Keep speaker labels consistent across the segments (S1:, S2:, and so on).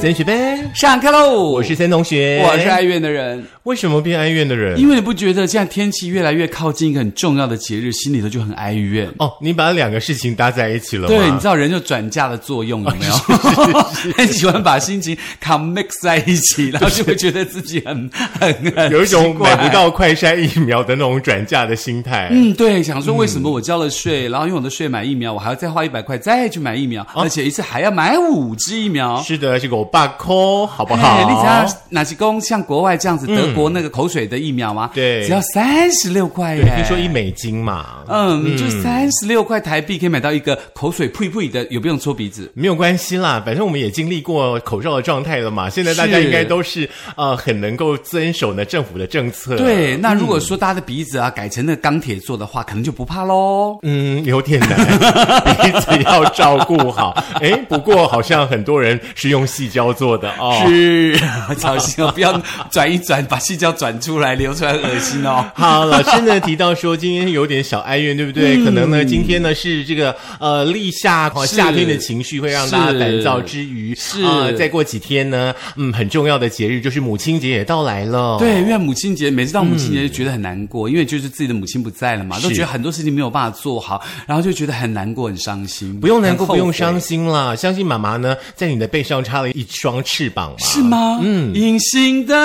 S1: 森学呗，
S2: 上课喽！
S1: 我是森同学，
S2: 我是哀怨的人，
S1: 为什么变哀怨的人？
S2: 因为你不觉得这样天气越来越靠近一个很重要的节日，心里头就很哀怨。
S1: 哦，你把两个事情搭在一起了吗？
S2: 对，你知道人就转嫁的作用有没有？
S1: 哦
S2: 很 喜欢把心情 com mix 在一起，然后就会觉得自己很很很
S1: 有一种
S2: 奇怪
S1: 买不到快筛疫苗的那种转嫁的心态。
S2: 嗯，对，想说为什么我交了税，然后用我的税买疫苗，我还要再花一百块再去买疫苗，
S1: 哦
S2: 而且一次还要买五支疫苗。
S1: 是的，这个我爸抠，好不
S2: 哎
S1: 好？
S2: 你只要哪些公像国外这样子，德国那个口水的疫苗吗？
S1: 嗯对
S2: 只要三十六块
S1: 对，
S2: 耶。
S1: 听说一美金嘛，
S2: 嗯，就三十六块台币可以买到一个口水噗一噗一的，有不用搓鼻子。
S1: 没有关系啦，反正我们也经历过口罩的状态了嘛。现在大家
S2: 是
S1: 应该都是呃很能够遵守呢政府的政策。，
S2: 对，那如果说大家的鼻子啊改成那钢铁做的话，可能就不怕喽。
S1: 嗯，有点难， 鼻子要照顾好。哎，不过好像很多人是用细胶做的哦。
S2: 是， 小心哦，不要转一转，把细胶转出来，流出来恶心 哦。
S1: 好，老师呢提到说今天有点小哀怨，对不对？
S2: 嗯
S1: 可能呢今天呢是这个呃立夏哦
S2: 是
S1: 夏天的情绪会让大家
S2: 是
S1: 烦躁之余，
S2: 是
S1: 呃再过几天呢，嗯，很重要的节日就是母亲节也到来了。
S2: 对，因为母亲节，每次到母亲节就觉得很难过，因为就是自己的母亲不在了嘛，
S1: 嗯是
S2: 都觉得很多事情没有办法做好，然后就觉得很难过、很伤心。
S1: 不用难过，
S2: 很后
S1: 不
S2: 悔
S1: 用伤，心啦！相信妈妈呢，在你的背上插了一双翅膀嘛。
S2: 是吗？嗯，隐形的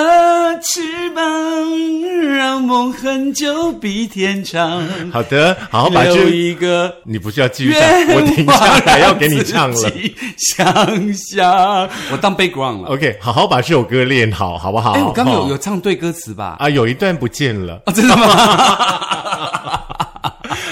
S2: 翅膀，让梦很久比天长。
S1: 好的，好好把
S2: 留
S1: 这，
S2: 一个
S1: 你不是要继续
S2: 愿
S1: 唱？我停下
S2: 望
S1: 来要给你唱了
S2: 让。自己想想，我当 background 了。
S1: OK，好好把这首歌练好，好不哦好？
S2: 哎，我刚刚有
S1: 哦
S2: 有唱对歌词吧？
S1: 啊，有一段不见了。
S2: 哦，真的吗？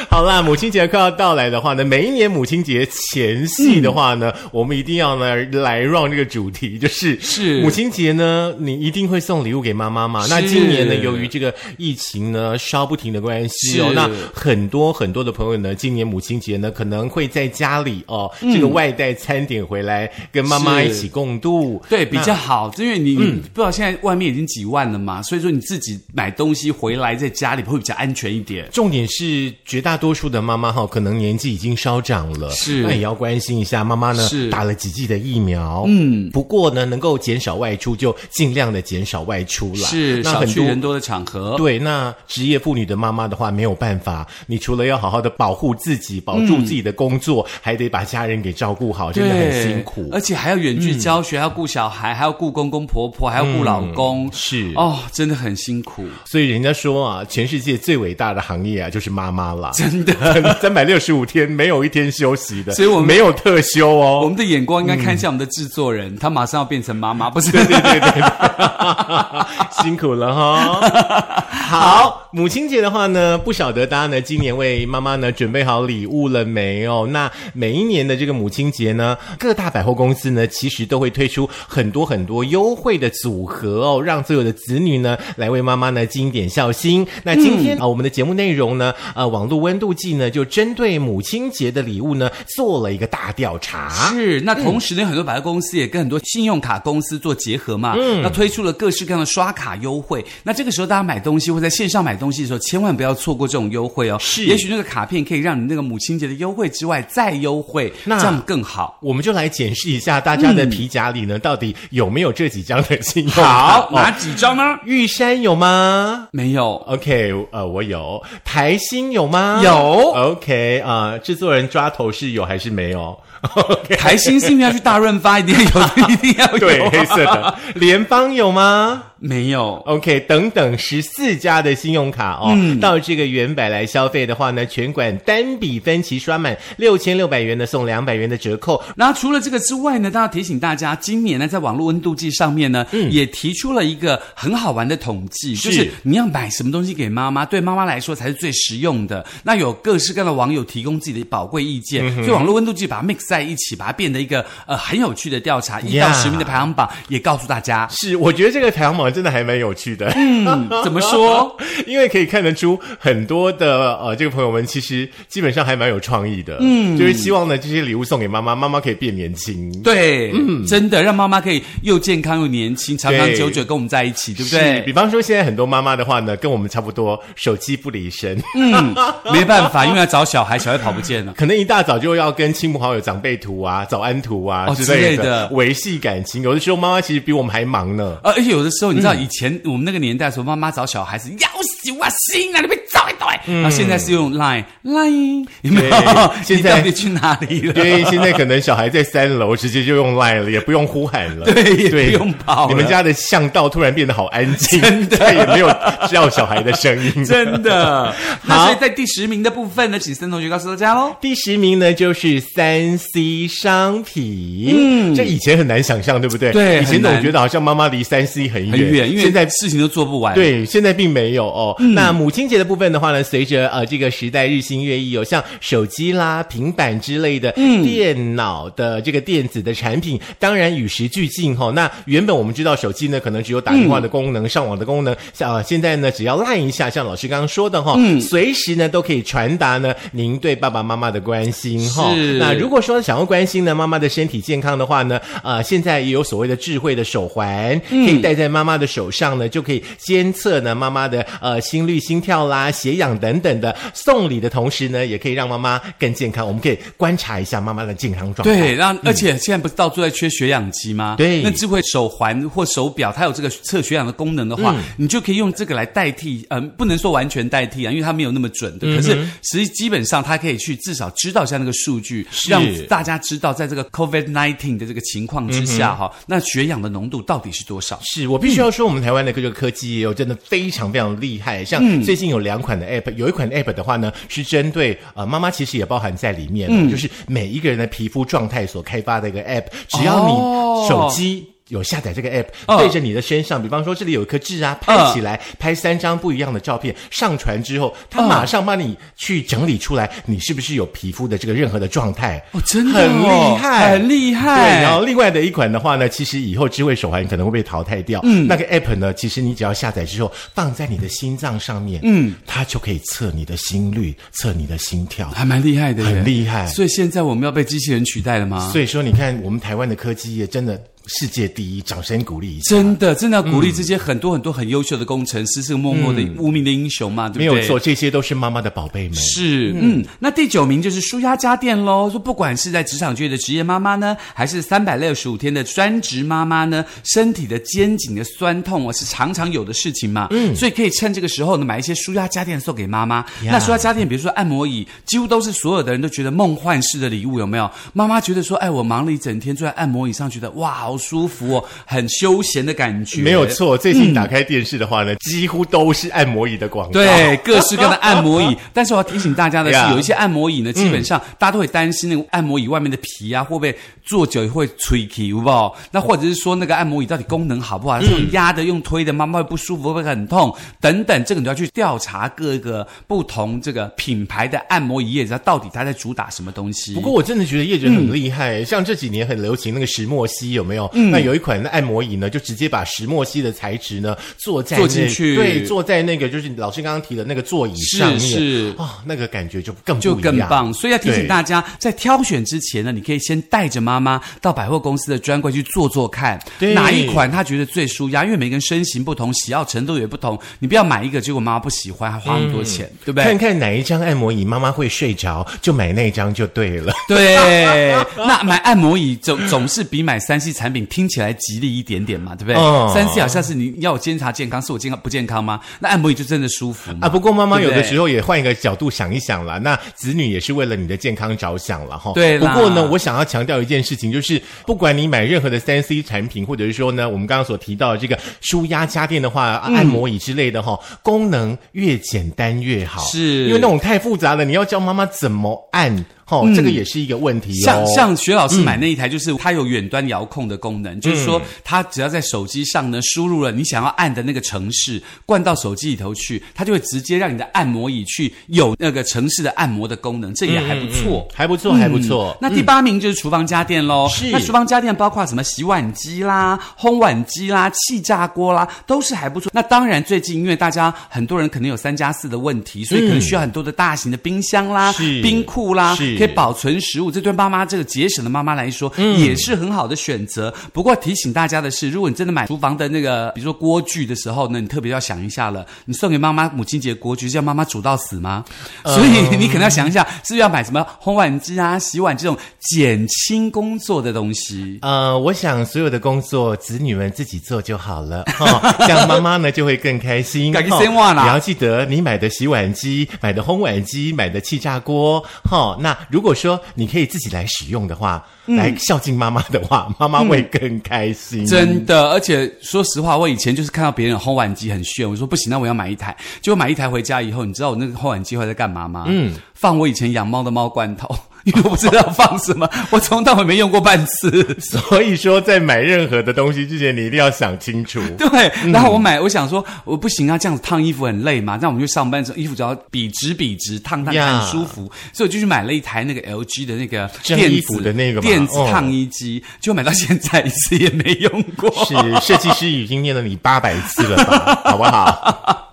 S1: 好啦，母亲节快要到来的话呢，每一年母亲节前夕的话
S2: 嗯
S1: 呢，我们一定要呢来让这个主题，就是
S2: 是
S1: 母亲节呢，你一定会送礼物给妈妈嘛。那
S2: 是
S1: 今年呢，由于这个疫情呢稍不停的关系哦
S2: 是，
S1: 那很多很多的朋友呢，今年母亲节呢可能会在家里哦，这个外带餐点回来跟妈妈
S2: 嗯是
S1: 一起共度，
S2: 对，比较好，因为你、
S1: 嗯
S2: 你不知道现在外面已经几万了嘛，所以说你自己买东西回来在家里会比较安全一点。
S1: 重点是，绝大多数的妈妈哈，可能年纪已经稍长了，
S2: 是
S1: 那也要关心一下妈妈呢，
S2: 是
S1: 打了几剂的疫苗，嗯，不过呢，能够减少外出就尽量的减少外出啦，
S2: 是
S1: 那
S2: 少
S1: 很
S2: 去
S1: 多
S2: 人多的场合，
S1: 对，那职业妇女的妈妈的话，没有办法，你除了要好好的保护自己、保住自己的工作，还得把家人给照顾好，真的很辛苦。
S2: 嗯
S1: 嗯
S2: 而且还要远距教学，还要顾小孩，还要顾公公婆婆，还要顾老公，
S1: 是哦
S2: 哦，真的很辛苦。
S1: 所以人家说啊，全世界最伟大的行业啊，就是妈妈啦，真的， 三百六十五天没有一天休息的，
S2: 所以我们
S1: 没有特休哦，
S2: 我们的眼光应该看向我们的制作人，他马上要变成妈 妈，不是？
S1: 嗯对对对对，辛苦了哈。好，母亲节的话呢，不晓得大家呢今年为妈妈呢准备好礼物了没有？那每一年的这个母亲节呢，各大百货公司呢其实都会推出很多很多优惠的组合哦，让所有的子女呢来为妈妈呢尽一点孝心。那今天啊、我们的节目内容呢，呃，网络温度计呢就针对母亲节的礼物呢做了一个大调查。
S2: 是，
S1: 嗯
S2: 那同时呢，很多百货公司也跟很多信用卡公司做结合嘛，嗯，那推出了各式各样的刷卡优惠。那这个时候大家买东西或在线上买东西的时候，千万不要错过这种优惠哦。
S1: 是
S2: 也许那个卡片可以让你那个母亲节的优惠之外再优惠，
S1: 那
S2: 这样更好。
S1: 我们就来检视一下大家
S2: 嗯
S1: 的皮夹里呢，到底有没有这几张的信用卡？
S2: 好，哪几张呢？
S1: 玉山有吗
S2: 没有，
S1: ？OK，呃，我有。台新有吗？
S2: 有
S1: OK，啊、制作人抓头是有还是没 有？OK，
S2: 台新是因为要去大润发，一定要 有，一定要有。
S1: 对，黑色的。联邦有吗？
S2: 没有。
S1: OK，等等，十四家的信用卡哦，
S2: 嗯
S1: 到这个原百来消费的话呢，全馆单笔分期刷满六千六百元的送两百元的折扣，
S2: 然后除了这个之外呢，大家提醒大家，今年呢在网络温度计上面呢，也提出了一个很好玩的统计，
S1: 嗯是
S2: 就是你要买什么东西给妈妈，对妈妈来说才是最实用的。那有各式各样的网友提供自己的宝贵意见，
S1: 嗯
S2: 所以网络温度计把它 mix 在一起，把它变得一个呃很有趣的调查，一到
S1: Yeah
S2: 十名的排行榜也告诉大家。
S1: 是，我觉得这个排行榜真的还蛮有趣的。
S2: 嗯，怎么说？
S1: 因为可以看得出很多的呃，这个朋友们其实基本上还蛮有创意的，嗯，就是希望呢这些礼物送给妈妈，妈妈可以变年轻。
S2: 对，嗯真的让妈妈可以又健康又年轻，长长久久跟我们在一起，对不
S1: 是，比
S2: 对？
S1: 方说现在很多妈妈的话呢，跟我们差不多，手机不离 身，
S2: 嗯， 没办法，因为要找小孩，小孩跑不见了。
S1: 可能一大早就要跟亲朋好友、长辈图啊、早安图啊、
S2: 哦
S1: 之类
S2: 之类的
S1: 维系感情。有的时候妈妈其实比我们还忙呢。
S2: 呃，而且有的时候，你
S1: 嗯
S2: 知道以前我们那个年代的时候，妈妈找小孩子要死我心啊，你被找一对。然后现在是用 Line Line，有没有
S1: 嗯对？
S2: 你
S1: 现在
S2: 到底去哪里了？
S1: 因为现在可能小孩在三楼，直接就用 line 了，也不用呼喊了，
S2: 对也不用跑了
S1: 你们家的巷道突然变得好安静，
S2: 真的
S1: 再 也没有叫小孩的声 音。
S2: 真的。
S1: 好
S2: 那所以在第十名的部分呢，请森同学告诉大家喽。
S1: 第十名呢，就是三 C 商品。嗯，这以前很难想象，对不对？
S2: 对
S1: 以前总
S2: 很难
S1: 觉得好像妈妈离三 C 很远，
S2: 很远，因为
S1: 现在
S2: 事情都做不完。。
S1: 对，现在并没有哦。那母亲节的部分的话呢，随着呃这个时代日新月异，有像手机啦、平板之类的、电脑的这个电子的产品，当然与时俱进哈、哦。那原本我们知道手机呢，可能只有打电话的功能、上网的功能，像、呃、现在呢，只要赖一下，像老师刚刚说的哈、随时呢都可以传达呢您对爸爸妈妈的关心哈、
S2: 是
S1: 那如果说想要关心呢妈妈的身体健康的话呢，呃，现在也有所谓的智慧的手环，可以戴在妈妈的手上呢，就可以监测呢妈妈的呃心率、心跳啦、血氧等等的。送礼的同时呢，也可以让妈妈更健康。我们可以观察一下妈妈的健康状况。
S2: 对，然后而且现在不是到处在缺血氧机吗？
S1: 对
S2: 那智慧手环或手表，它有这个测血氧的功能的话，你就可以用这个来代替，嗯、不能说完全代替啊，因为它没有那么准的。可是实际基本上，它可以去至少知道一下那个数据，
S1: 是
S2: 让大家知道在这个 COVID nineteen 的这个情况之下哈、那血氧的浓度到底是多少？
S1: 是我必须要说，我们台湾的这个科技也有真的非常非常厉害。
S2: 嗯
S1: 像最近有两款的 app，有一款 app 的话呢，是针对呃妈妈其实也包含在里面
S2: 嗯
S1: 了，就是每一个人的皮肤状态所开发的一个 app，只要
S2: 哦
S1: 你手机。有下载这个 app，、
S2: 嗯
S1: 对着你的身上，比方说这里有一颗痣啊，拍起来，拍三张不一样的照片，上传之后，它
S2: 嗯
S1: 马上帮你去整理出来，你是不是有皮肤的这个任何的状态？
S2: 哦，真的、哦、
S1: 很厉害，
S2: 很厉害。
S1: 对，然后另外的一款的话呢，其实以后智慧手环可能会被淘汰掉。嗯，那个 app 呢，其实你只要下载之后放在你的心脏上面，嗯，它就可以测你的心率，测你的心跳。
S2: 还蛮厉害的耶，
S1: 很厉害
S2: 所以现在我们要被机器人取代了吗？
S1: 所以说，你看我们台湾的科技业真的世界第一，掌声鼓励一下。
S2: 真的，真的要鼓励这些很多很多很优秀的工程师，是个默默的无名的英雄嘛，
S1: 没
S2: 对
S1: 有
S2: 不对？
S1: 错，这些都是妈妈的宝贝们。
S2: 是，嗯，那第九名就是舒压家电喽。说不管是在职场界的职业妈妈呢，还是三百六十五天的专职妈妈呢，身体的肩颈的酸痛啊，是常常有的事情嘛。嗯，所以可以趁这个时候呢，买一些舒压家电送给妈妈。
S1: 呀
S2: 那舒压家电，比如说按摩椅，几乎都是所有的人都觉得梦幻式的礼物，有没有？妈妈觉得说，哎，我忙了一整天，坐在按摩椅上，觉得哇，好舒服哦，很休闲的感觉。
S1: 没有错，最近打开电视的话呢，几乎都是按摩椅的广告。
S2: 对，各式各样的按 摩椅。但是我要提醒大家的是
S1: Yeah 嗯
S2: 有一些按摩椅呢，基本上大家都会担心那个按摩椅外面的皮啊，会不会坐久会吹皮，好不好？那或者是说那个按摩椅到底功能好不好？是用压的、用推的，妈妈会不舒服，会不会很痛？等等，这个你都要去调查各个不同这个品牌的按摩椅业者到底它在主打什么东西。
S1: 不过我真的觉得业者
S2: 嗯
S1: 很厉害，像这几年很流行那个石墨烯，有没有？那有一款按摩椅呢，就直接把石墨烯的材质呢坐在
S2: 坐
S1: 那
S2: 进去
S1: 对，坐在那个就是老师刚刚提的那个座椅
S2: 是
S1: 上面，
S2: 是
S1: 啊、那个感觉就更
S2: 就
S1: 不一
S2: 更
S1: 样
S2: 棒。所以要提醒大家，在挑选之前呢，你可以先带着妈妈到百货公司的专柜去坐坐看，
S1: 对
S2: 哪一款她觉得最舒压，因为每个人身形不同，喜好程度也不同，你不要买一个结果妈妈不喜欢，还花那么多钱，对不
S1: 嗯看
S2: 对？
S1: 看哪一张按摩椅妈妈会睡着，就买那张就对了。
S2: 对，那买按摩椅总总是比买三 C 产品听起来吉利一点点嘛，对不
S1: 嗯
S2: 对？三 C 好像是你要我监察健康，是我健康不健康吗？那按摩椅就真的舒服嘛
S1: 啊，不过妈妈
S2: 嗯对
S1: 有
S2: 不对
S1: 的时候也换一个角度想一想啦，那子女也是为了你的健康着想了哈。
S2: 对
S1: 不
S2: 啦
S1: 过呢，我想要强调一件事情，就是不管你买任何的三 C 产品，或者是说呢，我们刚刚所提到的这个舒压家电的话，啊
S2: 嗯
S1: 按摩椅之类的哈，功能越简单越好。
S2: 是
S1: 因为那种太复杂了，你要教妈妈怎么按。哦，这个也是一个问题哦。
S2: 嗯像像学老师买那一台，就是它有远端遥控的
S1: 嗯
S2: 功能，就是说它只要在手机上呢输入了你想要按的那个城市，灌到手机里头去，它就会直接让你的按摩椅去有那个城市的按摩的功能，这也还不错。嗯
S1: 还不错，还不嗯错。
S2: 那第八名就是厨房家电喽。
S1: 是
S2: 那厨房家电包括什么洗碗机啦、烘碗机啦、气炸锅啦，都是还不错。那当然，最近因为大家很多人可能有三加四的问题，所以可能需要很多的大型的冰箱啦、
S1: 嗯是
S2: 冰库啦，
S1: 是
S2: 可以保存食物。这对妈妈这个节省的妈妈来说，也是很好的选择。不过提醒大家的是，如果你真的买厨房的那个，比如说锅具的时候呢，你特别要想一下了。你送给妈妈母亲节锅具，是要妈妈煮到死吗？所以你可能要想一下，是不是要买什么烘碗机啊、洗碗这种减轻工作的东西。
S1: 呃，我想所有的工作，子女们自己做就好了，哈、这样妈妈呢就会更开心。
S2: 自己
S1: 哈
S2: 生活啦
S1: 你要记得，你买的洗碗机、买的烘碗机、买的气炸锅，哈、那如果说你可以自己来使用的话，来孝敬妈妈的话， 妈妈会更开心。
S2: 真的，而且说实话，我以前就是看到别人烘碗机很炫，我说不行，那我要买一台。结果买一台回家以后，你知道我那个烘碗机后来在干嘛吗？嗯，放我以前养猫的猫罐头， 因为我不知道放什么，我从头到尾没用过半 次。
S1: 所以说，在买任何的东西之前，你一定要想清楚。嗯
S2: 对，然后我买，我想说，我不行啊，这样子烫衣服很累嘛。那我们就上班的时候，衣服只要笔直笔直，烫烫
S1: 呀
S2: 烫很舒服。所以我就去买了一台那个 LG 的那个
S1: 蒸
S2: 电
S1: 衣
S2: 子
S1: 服的那个嘛
S2: 电子
S1: 哦
S2: 烫衣机，就买到现在一次也没用过。
S1: 是设计师已经念了你八百次了吧，好不好？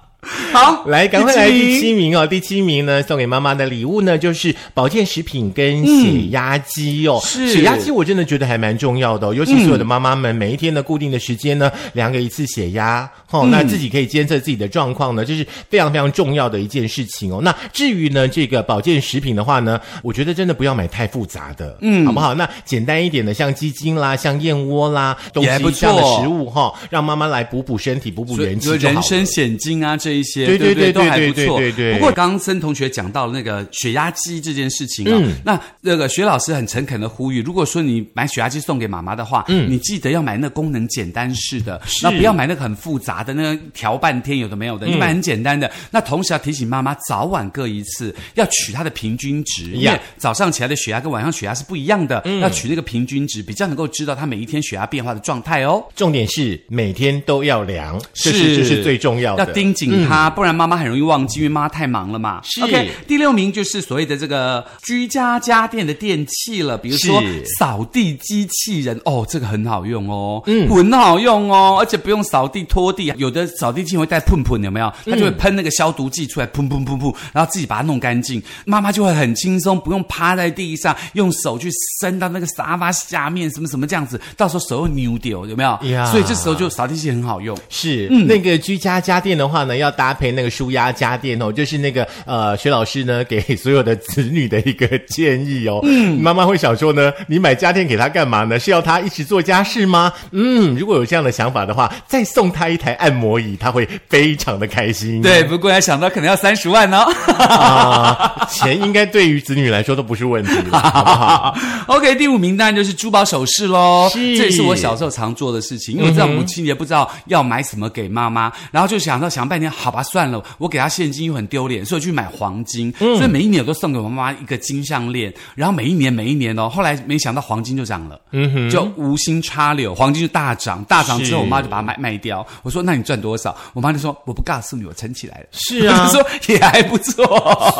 S2: 好，
S1: 来，赶快来
S2: 第七名
S1: 第七名哦！第七名呢，送给妈妈的礼物呢，就是保健食品跟血压机哦。
S2: 是嗯
S1: 血压机，我真的觉得还蛮重要的、哦，尤其所有的妈妈们，每一天的固定的时间呢，量个一次血压，哦，
S2: 嗯
S1: 那自己可以监测自己的状况呢，这是非常非常重要的一件事情哦。那至于呢，这个保健食品的话呢，我觉得真的不要买太复杂的，嗯，好不好？那简单一点的，像鸡精啦，像燕窝啦，东西
S2: 也还不
S1: 这样的
S2: 错
S1: 食物哈、哦，让妈妈来补补身体，补补
S2: 所以
S1: 元气
S2: 有
S1: 就好
S2: 人
S1: 了。
S2: 参险金啊这一些，
S1: 对对对
S2: 对不都还不
S1: 对
S2: 错。
S1: 对对对
S2: 不过刚刚森同学讲到那个血压机这件事情啊、
S1: 嗯
S2: 那那个薛老师很诚恳的呼吁，如果说你买血压机送给妈妈的话，
S1: 嗯
S2: 你记得要买那功能简单式的，那不要买那个很复杂的，那个调半天有的没有
S1: 嗯
S2: 的，你买很简单的。那同时要提醒妈妈早晚各一次，要取它的平均值，因
S1: 呀
S2: 为早上起来的血压跟晚上血压是不一样的，
S1: 嗯
S2: 要取那个平均值，比较能够知道她每一天血压变化的状态哦。
S1: 重点是每天都要量，这是这是最重要的。嗯
S2: 要盯紧它，不然妈妈很容易忘记，因为妈妈太忙了嘛。
S1: 是
S2: OK，第六名就是所谓的这个居家家电的电器了，比如说
S1: 是
S2: 扫地机器人哦，这个很好用哦，嗯，很好用哦，而且不用扫地拖地，啊有的扫地机器人会带喷喷，有没有？
S1: 嗯
S2: 它就会喷那个消毒剂出来，喷喷喷喷，然后自己把它弄干净，妈妈就会很轻松，不用趴在地上，用手去伸到那个沙发下面，什么什么这样子，到时候手又扭掉，有没有
S1: 呀
S2: 所以这时候就扫地机器人很好用。
S1: 是、
S2: 嗯
S1: 那个居家家电的话呢，要搭配那个舒压家电哦，就是那个呃，薛老师呢给 所有的子女的一个建议哦。嗯，妈妈会想说呢，你买家电给他干嘛呢？是要他一直做家事吗？嗯，如果有这样的想法的话，再送他一台按摩椅，他会非常的开心。
S2: 对，不过要想到可能要三十万哦。
S1: 啊，钱应该对于子女来说都不是问题了，好不 好？
S2: OK，第五名当然就是珠宝首饰喽，
S1: 是
S2: 这也是我小时候常做的事情，因为我知道母亲节不知道要买什么给妈妈，然后就想到想半天，好吧，算了，我给她现金又很丢脸，所以我去买黄金，
S1: 嗯
S2: 所以每一年我都送给我妈妈一个金项链，然后每一年每一年哦，后来没想到黄金就涨了，嗯哼，就无心插柳，黄金就大涨，大涨之后
S1: 是
S2: 我妈就把它卖卖掉，我说那你赚多少？我妈就说我不告诉你，我存起来了，
S1: 是啊
S2: 我就说也还不错。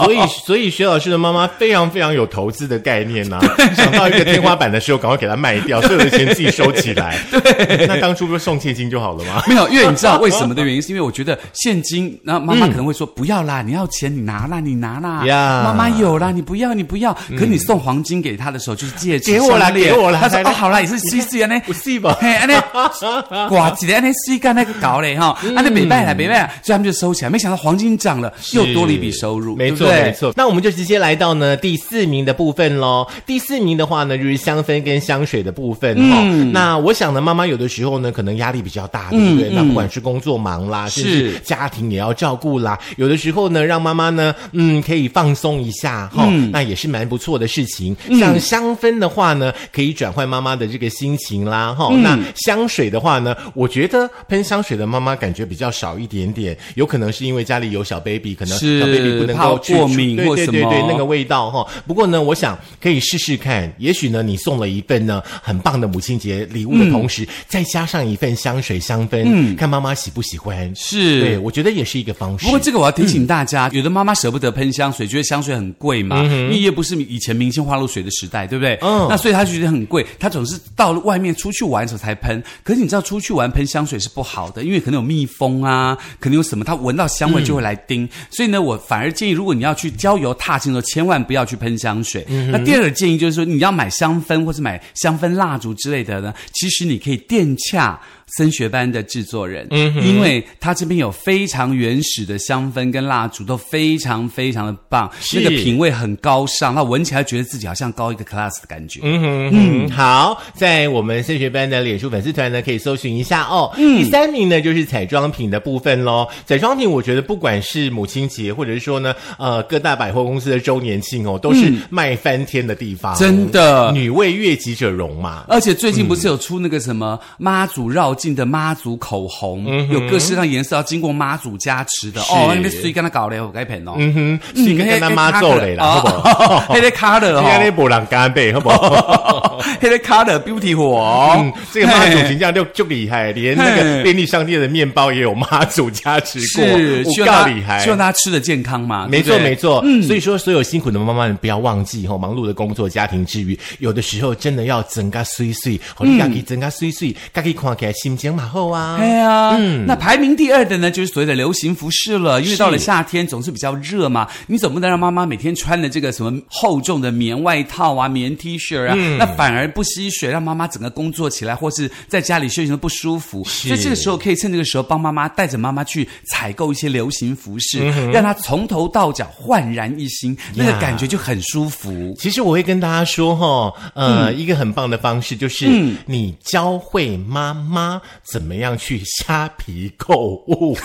S1: 所以，所以薛老师的妈妈非常非常有投资的概念呐、想到一个天花板的时候，赶快给它卖掉，所有的钱自己收起来。对，那当初不是送现金就好了吗？
S2: 没有，因为你知道为什么的原因，是因为我觉得现金，然后妈妈可能会说、不要啦，你要钱你拿啦，你拿啦
S1: 呀嗯
S2: 妈妈有啦，你不要你不要。可你送黄金给她的时候，就是戒指
S1: 给我啦
S2: 项链
S1: 给我啦
S2: 她说
S1: 来
S2: 哦
S1: 来
S2: 好啦，也是试试安尼。
S1: 不是吧？
S2: 嘿，安啊尼 挂起来，安尼吸干那个搞嘞哈，
S1: 嗯
S2: 安尼北拜啦北拜啦，所以他们就收起来。没想到黄金涨了，又多了一笔收入，
S1: 没
S2: 对
S1: 错
S2: 不对
S1: 没错。那我们就直接来到呢第四名的部分喽。第四名的话呢，就是香氛跟香水的部分哈、那嗯我想呢，妈妈有的时候呢，可能压力比较大，对不对？那不管是工作忙啦，甚至
S2: 是
S1: 家庭也要照顾啦。有的时候呢，让妈妈呢，嗯，可以放松一下哈、那也是蛮不错的事情。像香氛的话呢，可以转换妈妈的这个心情啦哈、那香水的话呢，我觉得喷香水的妈妈感觉比较少一点点，有可能是因为家里有小 baby，可能
S2: 是
S1: 小 baby 不能够
S2: 怕
S1: 去除
S2: 过敏
S1: 对
S2: 或
S1: 对
S2: 什
S1: 对
S2: 么
S1: 对，那个味道哈、不过呢，我想可以试试看，也许呢，你送了一份呢很棒的母亲节礼物的同
S2: 嗯
S1: 时，再加上一份香水香氛，看妈妈喜不喜欢。
S2: 是
S1: 对，我觉得也是一个方式。
S2: 不过这个我要提醒大家，有的妈妈舍不得喷香水，觉得香水很贵嘛，因为也不是以前明星花露水的时代，对不对？
S1: 嗯
S2: 那所以她就觉得很贵，她总是到了外面出去玩的时候才喷。可是你知道出去玩喷香水是不好的，因为可能有蜜蜂啊，可能有什么，她闻到香味就会来叮。所以呢，我反而建议，如果你要去郊游踏青的时候，千万不要去喷香水。那第二个建议就是说，你要买香氛或是买香氛蜡烛之类的呢，其实你可以电洽。升学班的制作人，嗯，因为他这边有非常原始的香氛跟蜡烛，都非常非常的棒，
S1: 是
S2: 那个品味很高尚，那闻起来觉得自己好像高一个 class 的感觉。
S1: 嗯哼嗯，好，在我们升学班的脸书粉丝团呢，可以搜寻一下哦。
S2: 嗯
S1: 第三名呢就是彩妆品的部分喽。彩妆品，我觉得不管是母亲节，或者是说呢，呃，各大百货公司的周年庆哦，都是卖翻天的地方，
S2: 嗯真的
S1: 女为悦己者容嘛。
S2: 而且最近不是有出那个什么妈祖绕境的妈祖口红，有各式各样颜色，要经过妈祖加持的
S1: 嗯是
S2: 哦。那边谁跟他搞的？我该骗哦。
S1: 嗯哎哼，是一个跟他妈做的啦，好哦不好？
S2: 黑的 color
S1: 应该
S2: 哦，
S1: 那波浪干 杯，好不好？
S2: 黑的 color beauty 火哦。
S1: 嗯，这个妈祖
S2: 嘿
S1: 形象就就厉害，连那个
S2: 嘿
S1: 便利商店的面包也有妈祖加持过，
S2: 是，希
S1: 我
S2: 望
S1: 告
S2: 大
S1: 厉害
S2: 希。望大家吃的健康嘛。
S1: 没
S2: 对
S1: 错，
S2: 不对
S1: 没错。所以说，所有辛苦的妈妈们不要忘记哈、忙碌的工作、家庭之余，有的时候真的要增加碎碎，好，你家己增加碎碎，家己看起来心情嘛好啊。
S2: 哎呀，那排名第二的呢，就是所谓的流行服饰了。因为到了夏天总是比较热嘛，你总不能让妈妈每天穿的这个什么厚重的棉外套啊、棉 T 恤啊，
S1: 嗯
S2: 那反而不吸水，让妈妈整个工作起来或是在家里休息都不舒服。所以这个时候可以趁这个时候帮妈妈带着妈妈去采购一些流行服饰，让她从头到脚焕然一新，那个
S1: 嗯呀
S2: 感觉就很舒服。
S1: 其实我会跟大家说哈、呃，
S2: 嗯
S1: 一个很棒的方式就是，你教会妈妈怎么样去虾皮购 物，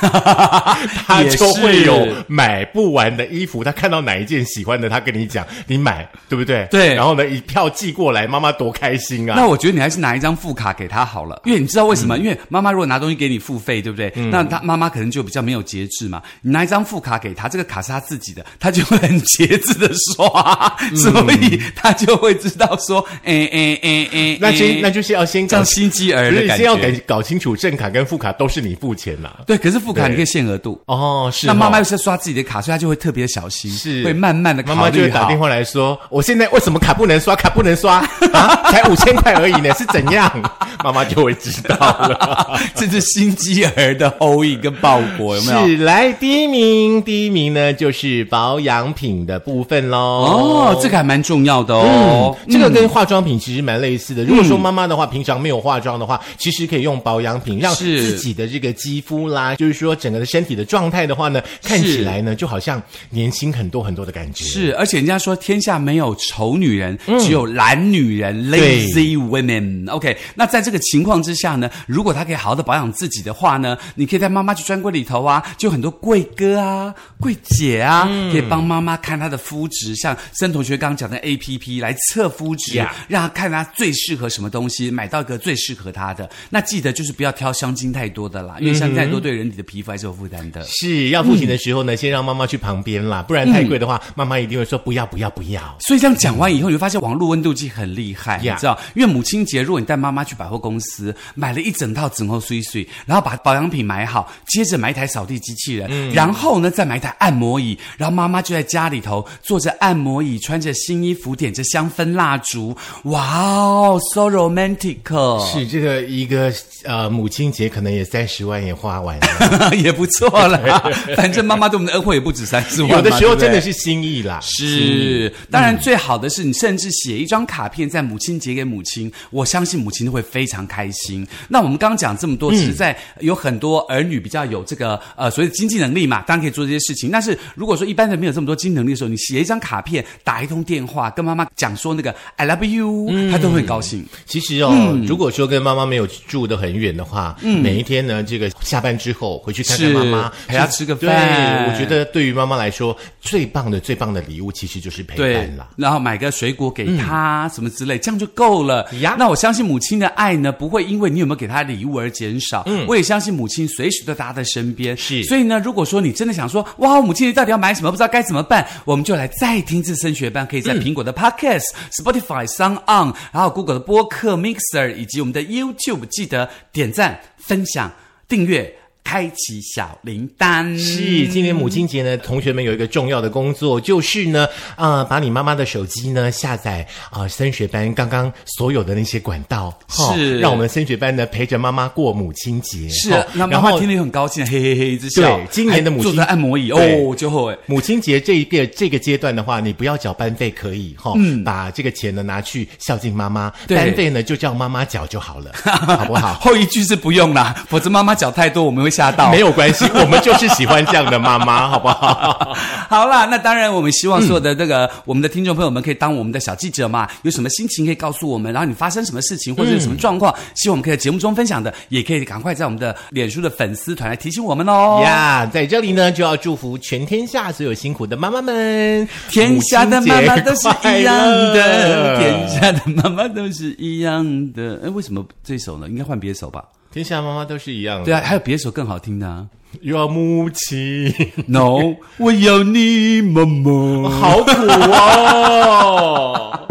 S1: 她
S2: 也是
S1: 就会有买不完的衣服。她看到哪一件喜欢的，她跟你讲，你买，对不对？
S2: 对
S1: 然后呢，一票寄过来，妈妈多开心啊！
S2: 那我觉得你还是拿一张副卡给他好了，因为你知道为什么？因为妈妈如果拿东西给你付费，对不对？那他妈妈可能就比较没有节制嘛。你拿一张副卡给他，这个卡是他自己的，他就会很节制的刷，所以他就会知道说，哎哎哎哎，
S1: 那先
S2: 哎
S1: 那就是要先
S2: 这
S1: 搞
S2: 样心机儿
S1: 不是
S2: 的感
S1: 先要搞
S2: 觉。
S1: 搞清楚正卡跟副卡都是你付钱啦、
S2: 对，可是副卡
S1: 对
S2: 你可以限额度。
S1: 哦，是
S2: 那妈妈
S1: 哦
S2: 又是刷自己的卡，所以她就会特别小心，
S1: 是
S2: 会慢慢的考
S1: 妈
S2: 虑
S1: 妈就会打
S2: 好
S1: 电话来说，我现在为什么卡不能刷？卡不能 刷啊，才五千块而已呢，是怎样？ 妈妈就会知道了。
S2: 这是心机儿的后影跟报果，有没有？
S1: 是，来第一名，第一名呢就是保养品的部分喽。
S2: 哦，这个还蛮重要的哦。
S1: 这个跟化妆品其实蛮类似的。如果说妈妈的话，平常没有化妆的话，其实可以用保养品，让
S2: 是
S1: 自己的这个肌肤啦，就是说整个的身体的状态的话呢，看起来呢就好像年轻很多很多的感觉。嗯
S2: 是，而且人家说天下没有丑女人，只有懒女人
S1: 对
S2: （lazy women）。OK，那在这个情况之下呢，如果她可以好好的保养自己的话呢，你可以带妈妈去专柜里头啊，就很多柜哥啊、柜姐啊，
S1: 嗯
S2: 可以帮妈妈看她的肤质，像森同学刚刚讲的 APP 来测肤质
S1: Yeah
S2: 让她看她最适合什么东西，买到一个最适合她的。那记得就是不要挑香精太多的啦，因为香精太
S1: 嗯
S2: 多对人体的皮肤还是有负担的。
S1: 是要付钱的时候呢，先让妈妈去旁边啦，不然太贵的话，妈妈一定会说不要不要不要。
S2: 所以这样讲完以后，你会发现网络温度计很厉害
S1: Yeah
S2: 你知道？因为母亲节，如果你带妈妈去百货公司买了一整套整后碎碎，然后把保养品买好，接着买一台扫地机器人，
S1: 嗯
S2: 然后呢再买一台按摩椅，然后妈妈就在家里头坐着按摩椅，穿着新衣服，点着香氛蜡烛，哇哦，so romantic，
S1: 是这个一个呃，母亲节可能也三十万也花完 了，
S2: 也不错 啦。反正妈妈对我们的恩惠也不止三十万嘛，
S1: 有的时候真
S2: 是。对不对
S1: 的是心意啦。
S2: 是，当然最好的是你甚至写一张卡片在母亲节给母亲，我相信母亲会非常开心。那我们刚刚讲这么多，其实在有很多儿女比较有这个呃所谓的经济能力嘛，当然可以做这些事情。但是如果说一般人没有这么多经济能力的时候，你写一张卡片，打一通电话，跟妈妈讲说那个 I love you，她都会高兴。
S1: 其实哦，如果说跟妈妈没有住的很远的话，嗯，每一天呢，这个下班之后回去看看
S2: 是
S1: 妈妈，
S2: 陪她
S1: 是
S2: 吃个
S1: 对
S2: 饭
S1: 我觉得对于妈妈来说，最棒的最棒的礼物其实就是陪
S2: 对
S1: 伴啦。，嗯
S2: 然后买个水果给他，什么之类，这样就够了
S1: 呀。
S2: 那我相信母亲的爱呢，不会因为你有没有给她礼物而减少。嗯，我也相信母亲随时都在她的身边。
S1: 是
S2: 所以呢，如果说你真的想说，哇，母亲节到底要买什么，不知道该怎么办，我们就来再听次升学班，可以
S1: 嗯
S2: 在苹果的 Podcast、Spotify、s o n On，然后 Google 的播客 Mixer 以及我们的 YouTube，记得点赞、分享、订阅。开启小铃铛，
S1: 是，今年母亲节呢，同学们有一个重要的工作，就是呢，啊、把你妈妈的手机呢下载啊、升学班刚刚所有的那些管道，哈
S2: 是
S1: 让我们升学班呢陪着妈妈过母亲节，
S2: 是
S1: 哈
S2: 啊，那妈
S1: 然
S2: 妈
S1: 后
S2: 听了也很高兴，嘿嘿嘿一直笑
S1: 对。今年的母亲
S2: 还坐在按摩椅
S1: 对
S2: 哦，就后哎，
S1: 母亲节这一个这个阶段的话，你不要缴班费可以哈，把这个钱呢拿去孝敬妈妈，
S2: 嗯对
S1: 班费呢就叫妈妈缴就好 了，好不好？
S2: 后一句是不用啦，否则妈妈脚太多，我们会吓到。
S1: 没有关系，我们就是喜欢这样的妈妈，好不好？
S2: 好啦，那当然，我们希望所有的那个、
S1: 嗯
S2: 我们的听众朋友们可以当我们的小记者嘛，有什么心情可以告诉我们，然后你发生什么事情
S1: 嗯
S2: 或者有什么状况，希望我们可以在节目中分享的，也可以赶快在我们的脸书的粉丝团来提醒我们哦。
S1: 呀在这里呢就要祝福全天下所有辛苦的妈妈们，
S2: 天下的妈妈都是一样
S1: 母亲节快
S2: 的，
S1: 乐
S2: 天下的妈妈都是一样的。哎，为什么这首呢？应该换别首吧？
S1: 天下妈妈都是一样的，
S2: 对啊，还有别首更好听的、啊。
S1: 又要母亲，
S2: No，我要你妈妈。
S1: 好苦哦。